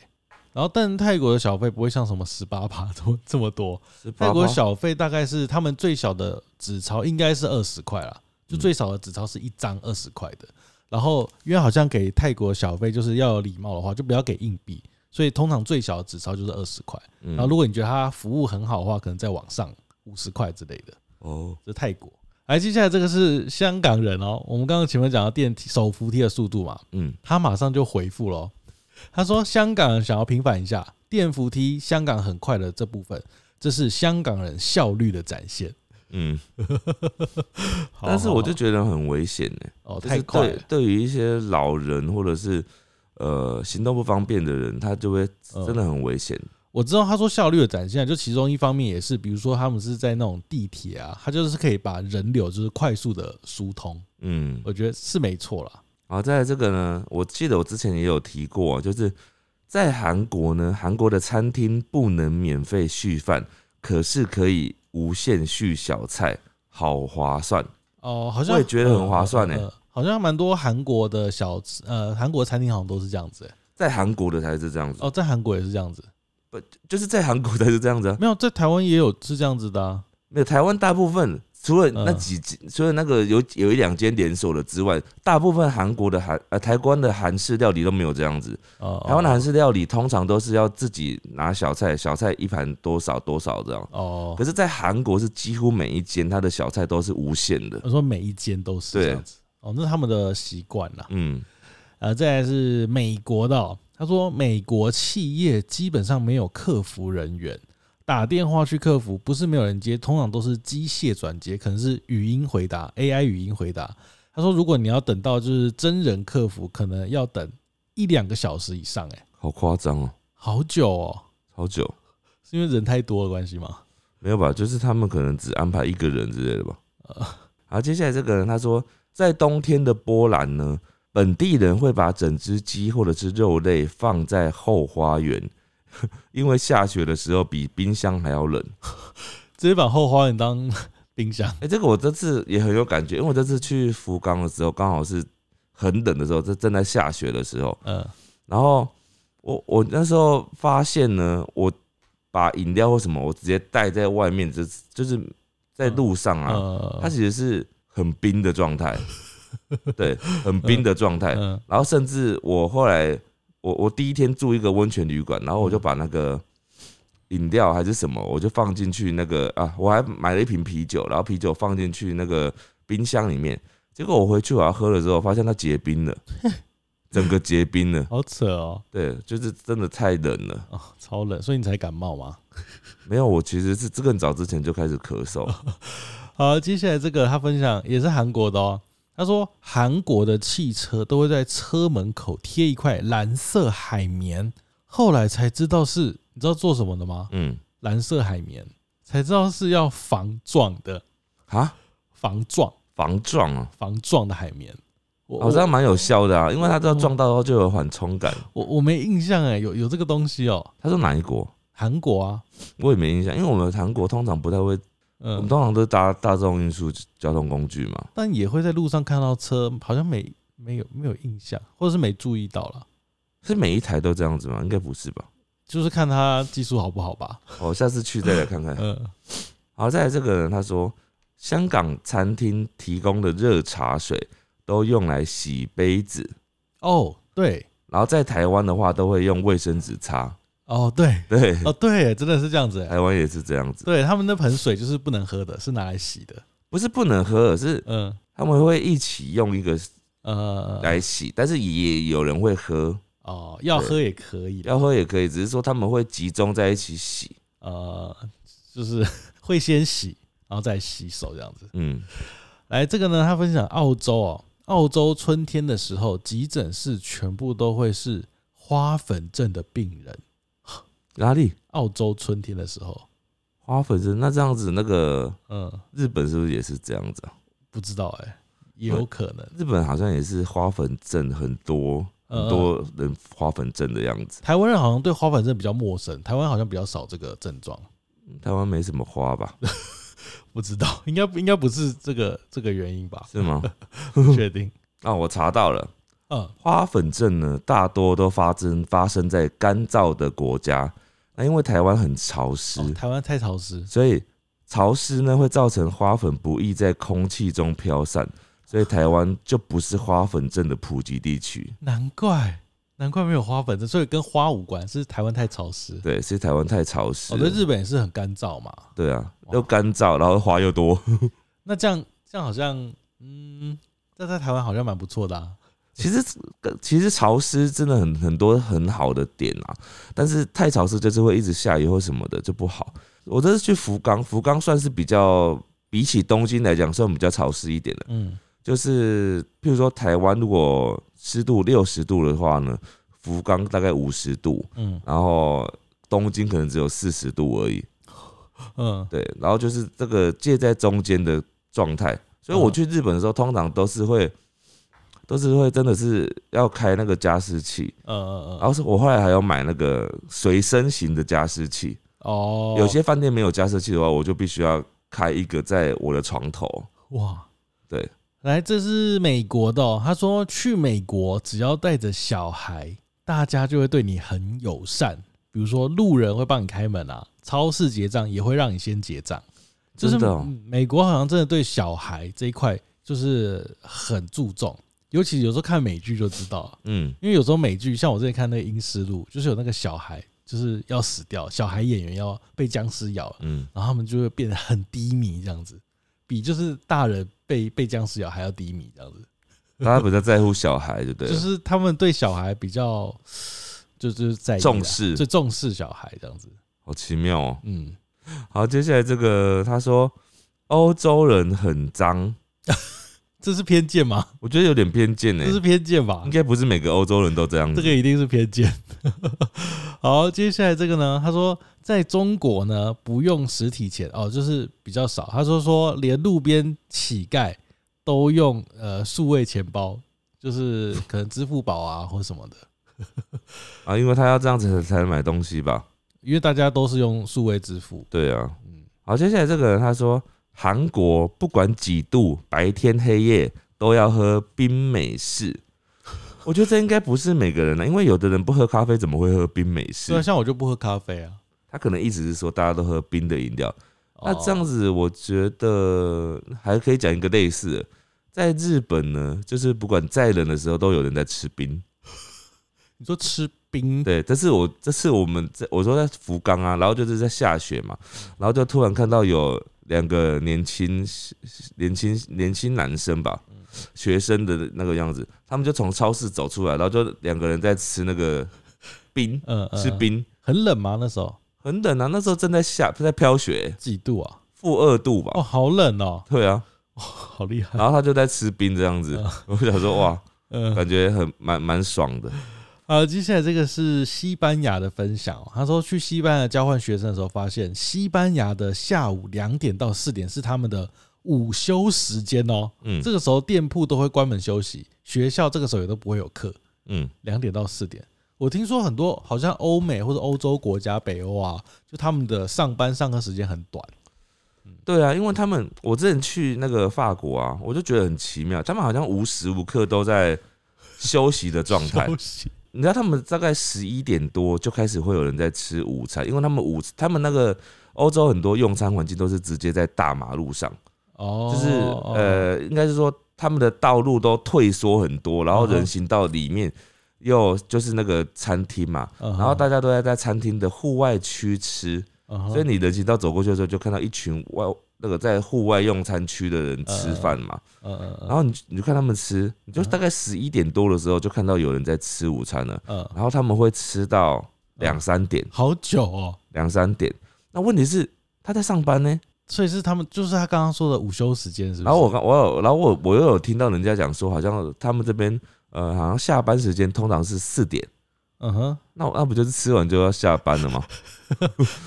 C: 然后但泰国的小费不会像什么十八趴多这么多，
B: 是
C: 泰国小费大概是他们最小的纸钞应该是二十块啦，就最少的纸钞是一张二十块的。然后因为好像给泰国小费就是要有礼貌的话，就不要给硬币，所以通常最小的纸钞就是二十块。
B: 嗯
C: 然后如果你觉得他服务很好的话，可能再往上五十块之类的。
B: 哦，
C: 这是泰国。来，接下来这个是香港人哦。我们刚刚前面讲到电梯手扶梯的速度嘛，
B: 嗯，
C: 他马上就回复了哦，他说香港人想要平反一下电扶梯，香港很快的这部分，这是香港人效率的展 现。
B: 嗯，
C: 好
B: 但是我就
C: 好
B: 觉得很危险呢、
C: 好哦，
B: 就是
C: 太快
B: 对
C: 了，
B: 对于一些老人或者是呃行动不方便的人，他就会
C: 嗯
B: 真的很危险。
C: 我知道他说效率的展现，就其中一方面也是，比如说他们是在那种地铁啊，他就是可以把人流就是快速的疏通，
B: 嗯，
C: 我觉得是没错啦。
B: 然后再来这个呢，我记得我之前也有提过，啊就是在韩国呢，韩国的餐厅不能免费续饭，可是可以无限续小菜，好划算。
C: 哦，好像
B: 我也觉得很划算欸
C: 呃呃好像蛮多韩国的小吃，呃，韩国餐厅好像都是这样子、欸。
B: 在韩国的才是这样子，
C: 哦，在韩国也是这样子，
B: 就是在韩国才是这样子啊。
C: 没有在台湾也有是这样子的啊。
B: 没有台湾大部分除了那
C: 嗯
B: 几间，除了那个有有一两间连锁的之外，大部分韩国的韩呃台湾的韩式料理都没有这样子。
C: 哦，
B: 台湾的韩式料理通常都是要自己拿小菜，小菜一盘多少多少这样。
C: 哦，
B: 可是，在韩国是几乎每一间它的小菜都是无限的。
C: 我哦说每一间都是这样子。哦，那是他们的习惯啦。
B: 嗯，
C: 呃，再来是美国的、哦，他说美国企业基本上没有客服人员，打电话去客服不是没有人接，通常都是机械转接，可能是语音回答 AI 语音回答。他说，如果你要等到就是真人客服，可能要等一两个小时以上、欸，哎，
B: 好夸张哦，
C: 好久哦，
B: 好久
C: 是因为人太多的关系吗？
B: 没有吧？就是他们可能只安排一个人之类的吧。
C: 呃，
B: 好，接下来这个人他说，在冬天的波兰呢，本地人会把整只鸡或者是肉类放在后花园， 因为下雪的时候比冰箱还要冷。
C: 直接把后花园当 冰箱
B: 哎、这个我这次也很有感觉，因为我这次去福冈的时候，刚好是很冷的时候，这正在下雪的时候，
C: 嗯，
B: 然后我我那时候发现呢，我把饮料或什么，我直接带在外面，就是就是在路上啊，
C: 呃，
B: 它其实是很冰的状态，对，很冰的状态。
C: 嗯
B: 然后甚至我后来，我我第一天住一个温泉旅馆，然后我就把那个饮料还是什么，我就放进去那个啊，我还买了一瓶啤酒，然后啤酒放进去那个冰箱里面。结果我回去我要喝了之后，发现它结冰了，整个结冰了。
C: 好扯哦，
B: 对，就是真的太冷了。
C: 哦，超冷，所以你才感冒吗？
B: 没有，我其实是更早之前就开始咳嗽。
C: 好，接下来这个他分享也是韩国的哦。他说，韩国的汽车都会在车门口贴一块蓝色海绵，后来才知道是，你知道做什么的吗？
B: 嗯，
C: 蓝色海绵才知道是要防撞的，
B: 啊，
C: 防撞
B: 防撞啊，
C: 防撞的海绵。我
B: 哦，这样蛮有效的啊，因为他知道撞到后就有缓冲感。
C: 我我没印象哎，有有这个东西哦，
B: 他说哪一国？
C: 韩国啊，
B: 我也没印象，因为我们韩国通常不太会，我们
C: 嗯，
B: 通常都是搭大众运输交通工具嘛。
C: 但也会在路上看到车，好像没没有没有印象，或者是没注意到了，
B: 是每一台都这样子吗？应该不是 吧？哦
C: 就是看他技术好不好吧。
B: 我、下次去再来看看。
C: 嗯，
B: 好，再来这个人，他说香港餐厅提供的热茶水都用来洗杯子，
C: 哦，对，
B: 然后在台湾的话都会用卫生纸擦。
C: 哦，对，
B: 对，
C: 哦，对，真的是这样子。
B: 台湾也是这样 子，
C: 对他们那盆水就是不能喝的，是拿来洗的。
B: 不是不能喝，是
C: 嗯
B: 他们会一起用一个
C: 呃，
B: 来洗，但是也有人会喝，
C: 哦，要
B: 对
C: 喝也可以啦，
B: 要喝也可以，只是说他们会集中在一起洗。
C: 呃，就是 会先洗，然后再洗手这样子。
B: 嗯，
C: 来，这个呢，他分享澳洲哦，澳洲春天的时候，急诊室全部都会是花粉症的病人。
B: 哪里
C: 澳洲春天的时候，
B: 花粉症？那这样子，那个
C: 嗯，
B: 日本是不是也是这样子啊？
C: 不知道哎、也有可能。
B: 日本好像也是花粉症很多，
C: 嗯
B: 很多人花粉症的样子。
C: 台湾人好像对花粉症比较陌生，台湾好像比较少这个症状，
B: 台湾没什么花吧？
C: 不知道， 应该不应该不是这个这个原因吧？
B: 是吗？
C: 不确定。
B: 啊，我查到了，
C: 嗯，
B: 花粉症呢，大多都发生发生在干燥的国家。那因为台湾很潮湿，
C: 哦、台湾太潮湿，
B: 所以潮湿呢会造成花粉不易在空气中飘散，所以台湾就不是花粉症的普及地区。
C: 难怪难怪没有花粉症，所以跟花无关，是台湾太潮湿。
B: 对，是台湾太潮湿
C: 哦，对，
B: 了。
C: 日本也是很干燥嘛。
B: 对啊，
C: 哇
B: 又干燥，然后花又多。
C: 那这样这样好像，嗯，这在台湾好像蛮不错的、啊。
B: 其实，其实潮湿真的很很多很好的点啊，但是太潮湿就是会一直下雨或什么的就不好。我这次去福冈，福冈算是比较比起东京来讲算比较潮湿一点的，
C: 嗯，
B: 就是譬如说台湾如果湿度六十度的话呢，福冈大概五十度，
C: 嗯
B: 然后东京可能只有四十度而已，
C: 嗯，
B: 对，然后就是这个介在中间的状态。所以
C: 嗯
B: 我去日本的时候，通常都是会，都是会真的是要开那个加湿器，
C: 呃呃
B: 然后是我后来还要买那个随身型的加湿器。
C: 哦，
B: 有些饭店没有加湿器的话，我就必须要开一个在我的床头。
C: 哇，
B: 对，
C: 来，这是美国的、哦，他说去美国只要带着小孩，大家就会对你很友善，比如说路人会帮你开门啊，超市结账也会让你先结账，就是
B: 真的哦
C: 嗯美国好像真的对小孩这一块就是很注重，尤其有时候看美剧就知道了。
B: 嗯，
C: 因为有时候美剧，像我之前看那个《阴尸路》，就是有那个小孩就是要死掉，小孩演员要被僵尸咬了，
B: 嗯，
C: 然后他们就会变得很低迷，这样子，比就是大人被被僵尸咬还要低迷，这样子，
B: 大家比较在乎小孩，就对啊了。
C: 就是他们对小孩比较就就是在意啦
B: 重视
C: 就重视小孩这样子，
B: 好奇妙哦。
C: 嗯，
B: 好，接下来这个他说欧洲人很脏，
C: 这是偏见 吗？
B: 我觉得有点偏见呢、
C: 这是偏见吧
B: 应？该不是每个欧洲人都这样
C: 这
B: 子。
C: 个一定是偏见。 好，接下来这个呢？他说，在中国呢，不用实体钱哦，就是比较少。他说说，连路边乞丐都用呃数位钱包，就是可能支付宝啊或什么的，
B: 啊，因为他要这样子才能买东西吧？
C: 因为大家都是用数位支付。
B: 对啊。
C: 嗯，
B: 好，接下来这个人他说，韩国不管几度，白天黑夜都要喝冰美式。我觉得这应该不是每个人啊了，因为有的人不喝咖啡，怎么会喝冰美
C: 对啊，
B: 式？
C: 像我就不喝咖啡啊。
B: 他可能一直是说大家都喝冰的饮料。那这样
C: 子，
B: 子，我觉得还可以讲一个类似的，在日本呢，就是不管再冷的时候，都有人在吃冰。
C: 你说吃冰，
B: 对，这是我这是我们在我说在福冈啊，然后就是在下雪嘛，然后就突然看到有两个年轻年轻年轻男生吧，
C: 嗯
B: 学生的那个样子，他们就从超市走出来，然后就两个人在吃那个冰，
C: 嗯、嗯
B: 吃，冰，
C: 很冷吗？那时候
B: 很冷啊，那时候正在下在飘雪，
C: 几度啊？
B: 负二度
C: 哦，
B: 吧，
C: 好冷哦，
B: 对啊，
C: 好 厉害。
B: 然后他就在吃冰这样子， 我想说哇，
C: 嗯、
B: 感觉很蛮蛮爽的，
C: 好，接下来这个是西班牙的分享哦、他说去西班牙交换学生的时候，发现西班牙的下午两点到四点是他们的午休时间哦。
B: 嗯
C: 这个时候店铺都会关门休息，学校这个时候也都不会有课，
B: 嗯，
C: 两点到四点。我听说很多好像欧美或者欧洲国家，北欧啊，就他们的上班上课时间很短。
B: 对啊，因为他们我之前去那个法国啊，我就觉得很奇妙，他们好像无时无刻都在休息的状态
C: 休。息
B: 你知道他们大概十一点多就开始会有人在吃午餐，因为他们午他们那个欧洲很多用餐环境都是直接在大马路上，
C: 哦，
B: 就是呃，应该是说他们的道路都退缩很
C: 嗯
B: 多，然后人行道里面又就是那个餐厅嘛，
C: 嗯哼，
B: 然后大家都在在餐厅的户外区吃，
C: 嗯哼，
B: 所以你人行道走过去的时候，就看到一群外那个在户外用餐区的人吃饭嘛，
C: 嗯嗯嗯
B: 然后你你就看他们吃，你就大概十一点多的时候就看到有人在吃午餐了，
C: 嗯，
B: 然后他们会吃
C: 哦
B: 到两三点，
C: 好久哦，
B: 两三点。那问题是他在上班呢，
C: 所以是他们，就是他刚刚说的午休时间，是不是？
B: 然后我刚我有，然后我我又有听到人家讲说，好像他们这边呃，好像下班时间通常是四点，
C: 嗯哼，
B: 那那不就是吃完就要下班了 吗？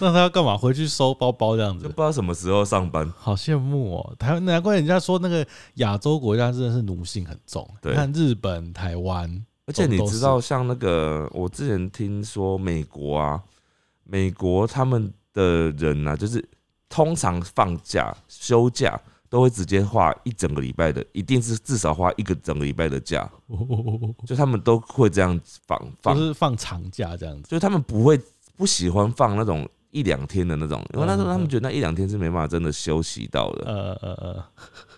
C: 那他要干嘛？回去收包包这样
B: 就
C: 子
B: 不，知道什么时候上班。
C: 好羡慕哦！台难怪人家说那个亚洲国家真的是奴性很重，
B: 对
C: 你看日本、台湾，
B: 而且你知道，像那个我之前听说美国啊，美国他们的人啊，就是通常放假休假都会直接花一整个礼拜的，一定是至少花一个整个礼拜的假，就他们都会这样放放
C: 就，是放长假这样子。
B: 就是他们不会不喜欢放那种一两天的那种，因为那时候他们觉得那一两天是没办法真的休息到的，
C: 呃呃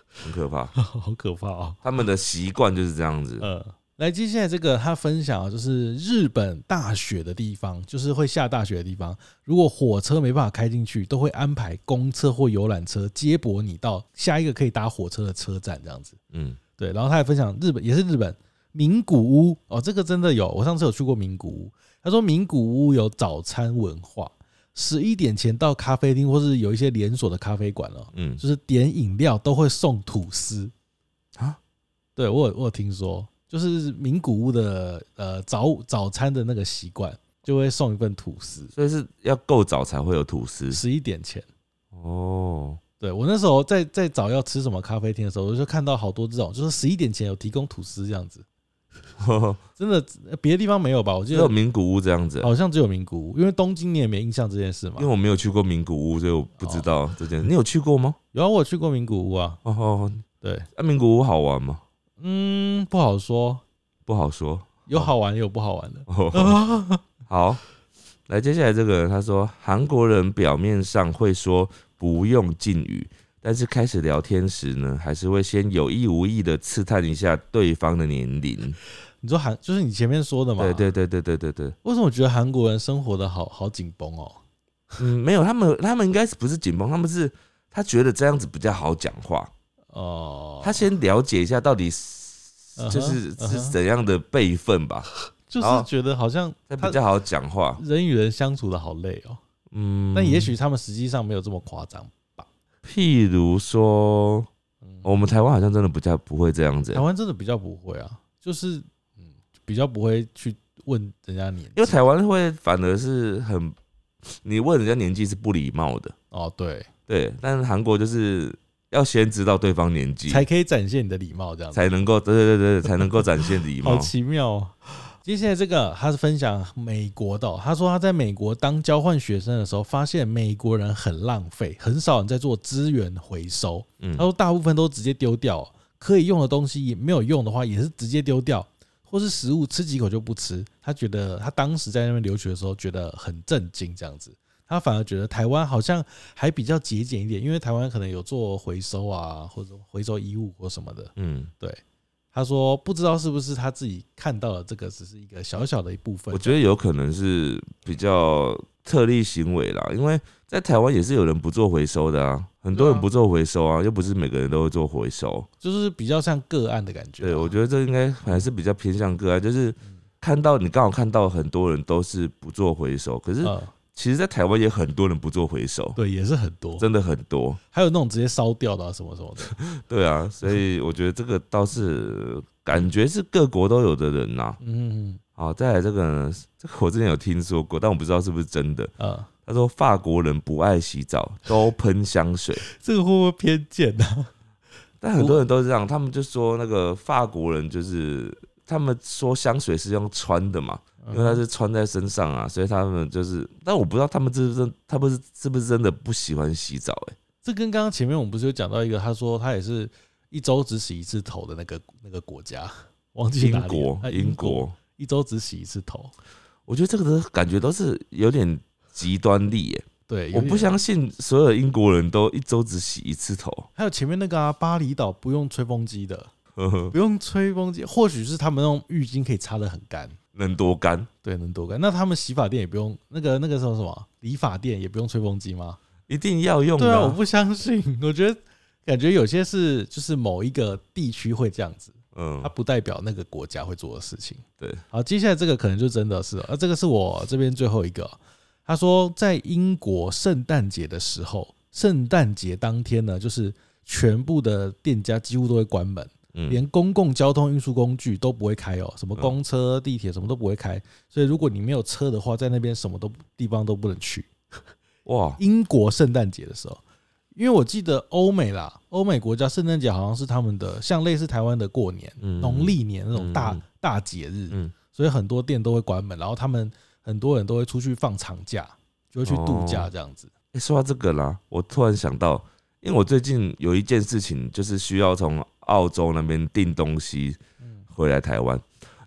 B: 很可怕。
C: 呃， 好可怕哦。
B: 他们的习惯就是这样子。
C: 呃，来接下来这个他分享啊就是日本大雪的地方，就是会下大雪的地方，如果火车没办法开进去，都会安排公车或游览车接驳你到下一个可以搭火车的车站这样子。
B: 嗯，
C: 对，然后他还分享日本也是日本名古屋哦，这个真的有，我上次有去过名古屋。哦他说名古屋有早餐文化，十一点前到咖啡厅或是有一些连锁的咖啡馆哦，
B: 嗯
C: 就是点饮料都会送吐司
B: 啊。
C: 对我有我有听说，就是名古屋的呃早早餐的那个习惯，就会送一份吐司，
B: 所以是要够早才会有吐司
C: 十一点前。
B: 哦。
C: 对我那时候在在找要吃什么咖啡厅的时候，我就看到好多这种，就是十一点前有提供吐司这样子，真的呃别的地方没有吧？我记
B: 只有
C: 得
B: 名古屋这样子，
C: 好像只有名古屋，因为东京你也没印象这件事嘛
B: 因为。我没有去过名古屋，所以我不知道这件事。你有去过吗？
C: 有啊，我有去过名古屋啊，
B: 哦哦，
C: 对，
B: 啊，名古屋好玩吗？
C: 嗯，不好说，
B: 不好说。
C: 有好玩也有不好玩的。
B: 哦，好，来，接下来这个人他说，韩国人表面上会说不用敬语，但是开始聊天时呢，还是会先有意无意的刺探一下对方的年龄。
C: 你说韩就是你前面说的嘛？
B: 对对对对对对对，
C: 为什么我觉得韩国人生活的好好紧绷哦？
B: 嗯，没有，他们他们应该是不是紧绷，他们是他觉得这样子比较好讲话。
C: 哦，
B: 他先了解一下到底是
C: 嗯哼
B: 就是
C: 嗯哼
B: 是怎样的辈分吧，
C: 就是觉得好像
B: 才
C: 他
B: 比较好讲话。
C: 人与人相处的好累哦。
B: 嗯，
C: 但也许他们实际上没有这么夸张。
B: 譬如说，
C: 嗯，
B: 我们台湾好像真的比较不会这样子
C: 台，湾真的比较不会啊，就是嗯，比较不会去问人家年纪，
B: 因为台湾会反而是很，你问人家年纪是不礼貌的，
C: 哦对，
B: 对。但是韩国就是要先知道对方年纪，
C: 才可以展现你的礼貌这样子。
B: 才能够对对对对，才能够展现礼
C: 好
B: 貌。
C: 奇妙、哦。接下来这个他是分享美国的哦、他说他在美国当交换学生的时候，发现美国人很浪费，很少人在做资源回收。
B: 嗯
C: 他，说大部分都直接丢掉哦，可以用的东西也没有用的话，也是直接丢掉，或是食物吃几口就不吃。他觉得他当时在那边留学的时候，觉得很震惊这样子。他反而觉得台湾好像还比较节俭一点，因为台湾可能有做回收啊，或者回收衣物或什么的。
B: 嗯，
C: 他说不知道是不是他自己看到了这个只是一个小小的一部分。
B: 我觉得有可能是比较特例行为啦，因为在台湾也是有人不做回收的啊，很多
C: 对
B: 人
C: 啊
B: 不做回收啊，又不是每个人都会做回收。
C: 就是比较像个案的感觉。
B: 对，我觉得这应该还是比较偏向个案，就是看到你刚好看到很多人都是不做回收，可是
C: 嗯，
B: 其实，在台湾也很多人不做回收，
C: 对，也是很多，
B: 真的很多。
C: 还有那种直接烧掉的、啊、什么什么的。
B: 对啊，所以我觉得这个倒是感觉是各国都有的人呐、
C: 嗯
B: 好，再来这个呢，这个我之前有听说过，但我不知道是不是真的。
C: 啊、
B: 他说法国人不爱洗澡，都喷 香水，
C: 这个会不会偏见呢、啊？
B: 但很多人都是这样，他们就说那个法国人就是他们说香水是用穿的嘛，
C: 嗯
B: 因为它是穿在身上啊，所以他们就是，但我不知道他们是不是真，他们是是不是真的不喜欢洗澡、欸？
C: 这跟刚刚前面我们不是有讲到一个，他说他也是一周只洗一次头的那个那个国家， 忘记哪
B: 英
C: 里
B: 国
C: 了，啊，
B: 英
C: 英
B: 国，
C: 一周只洗一次头。
B: 我觉得这个的感觉都是有点极端力、欸，
C: 对，哎有
B: 我
C: 点啊
B: 不相信所有英国人都一周只洗一次头。
C: 还有前面那个啊，巴厘岛不用吹风机的，
B: 呵呵
C: 不用吹风机，或许是他们用浴巾可以擦得很干，
B: 能多干？
C: 对，能多干。那他们洗发店也不用那个那个什么什么理发店也不用吹风机吗？
B: 一定要用
C: 对
B: 的、
C: 啊，我不相信，我觉得感觉有些是就是某一个地区会这样子，它
B: 嗯，
C: 不代表那个国家会做的事情。
B: 对，
C: 好，接下来这个可能就真的是了，呃，这个是我这边最后一个。他说，在英国圣诞节的时候，圣诞节当天呢，就是全部的店家几乎都会关门，
B: 嗯
C: 连公共交通运输工具都不会开哦，什么公车、地铁什么都不会开。所以如果你没有车的话，在那边什么都地方都不能去。
B: 哇，
C: 英国圣诞节的时候，因为我记得欧美啦，欧美国家圣诞节好像是他们的，像类似台湾的过年、
B: 嗯
C: 农历年那种大、
B: 嗯
C: 大节日，
B: 嗯
C: 所以很多店都会关门，然后他们很多人都会出去放长假，就会去度假这样子。
B: 欸说到这个啦，我突然想到，因为我最近有一件事情，就是需要从澳洲那边订东西
C: 嗯
B: 回来台湾。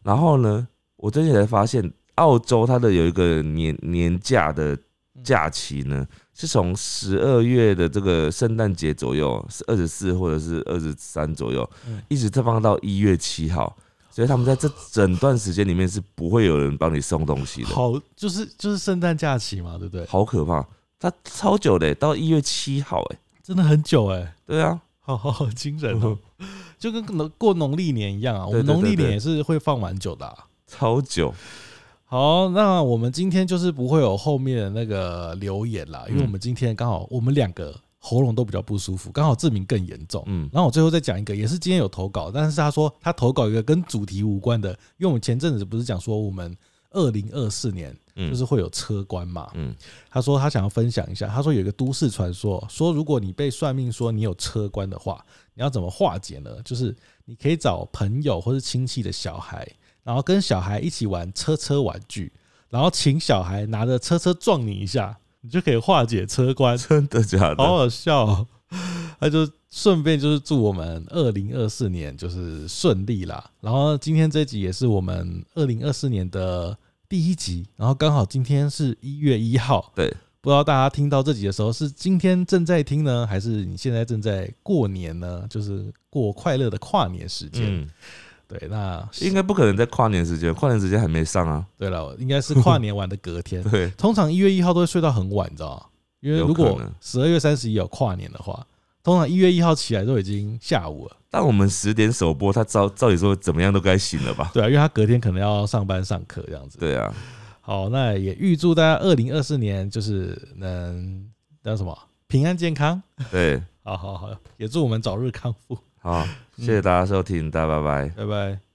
B: 然后呢，我最近才发现，澳洲它的有一个年年假的
C: 嗯
B: 假期呢，是从十二月的这个圣诞节左右，是二十四或者是二十三左右
C: 嗯，
B: 一直放到一月七号。所以他们在这整段时间里面是不会有人帮你送东西的。
C: 好，就是就是圣诞假期嘛，对不对？
B: 好可怕！它超久的欸，到一月七号，哎，
C: 真的很久哎、
B: 对啊，
C: 好好好惊人哦、就跟农过农历年一样啊，我们
B: 嗯对对对
C: 农历年
B: 对
C: 也是会放蛮久的、啊。
B: 超久，
C: 好，那我们今天就是不会有后面的那个留言啦，因为
B: 嗯
C: 我们今天刚好我们两个喉咙都比较不舒服，刚好志明更严重。
B: 嗯，
C: 然后我最后再讲一个，也是今天有投稿，但是他说他投稿一个跟主题无关的，因为我们前阵子不是讲说我们二零二四年
B: 嗯
C: 就是会有车关嘛，
B: 嗯，
C: 他说他想要分享一下，他说有一个都市传说，说如果你被算命说你有车关的话，你要怎么化解呢？就是你可以找朋友或是亲戚的小孩，然后跟小孩一起玩车车玩具，然后请小孩拿着车车撞你一下，你就可以化解车关。
B: 真的假
C: 好
B: 的？
C: 好笑、哦。那就顺便就是祝我们二零二四年就是顺利啦。然后今天这集也是我们二零二四年的第一集，然后刚好今天是一月一号，
B: 对，
C: 不知道大家听到这集的时候是今天正在听呢，还是你现在正在过年呢？就是过快乐的跨年时间。
B: 嗯，
C: 对，那
B: 应该不可能在跨年时间，跨年时间还没上啊，
C: 对了，应该是跨年完的隔天。
B: 对，
C: 通常一月一号都会睡到很晚，你知道吗？因为
B: 有
C: 如
B: 可
C: 果
B: 能
C: 十二月三十一有跨年的话，通常一月一号起来都已经下午了。
B: 但我们十点首播，他照照理说怎么样都该醒了吧？
C: 对啊，因为他隔天可能要上班上课这样子。
B: 对啊，
C: 好，那也预祝大家二零二四年就是能叫什么平安健康。
B: 对，
C: 好好好，也祝我们早日康复。
B: 好，谢谢大家收听，大家拜拜。
C: 拜拜。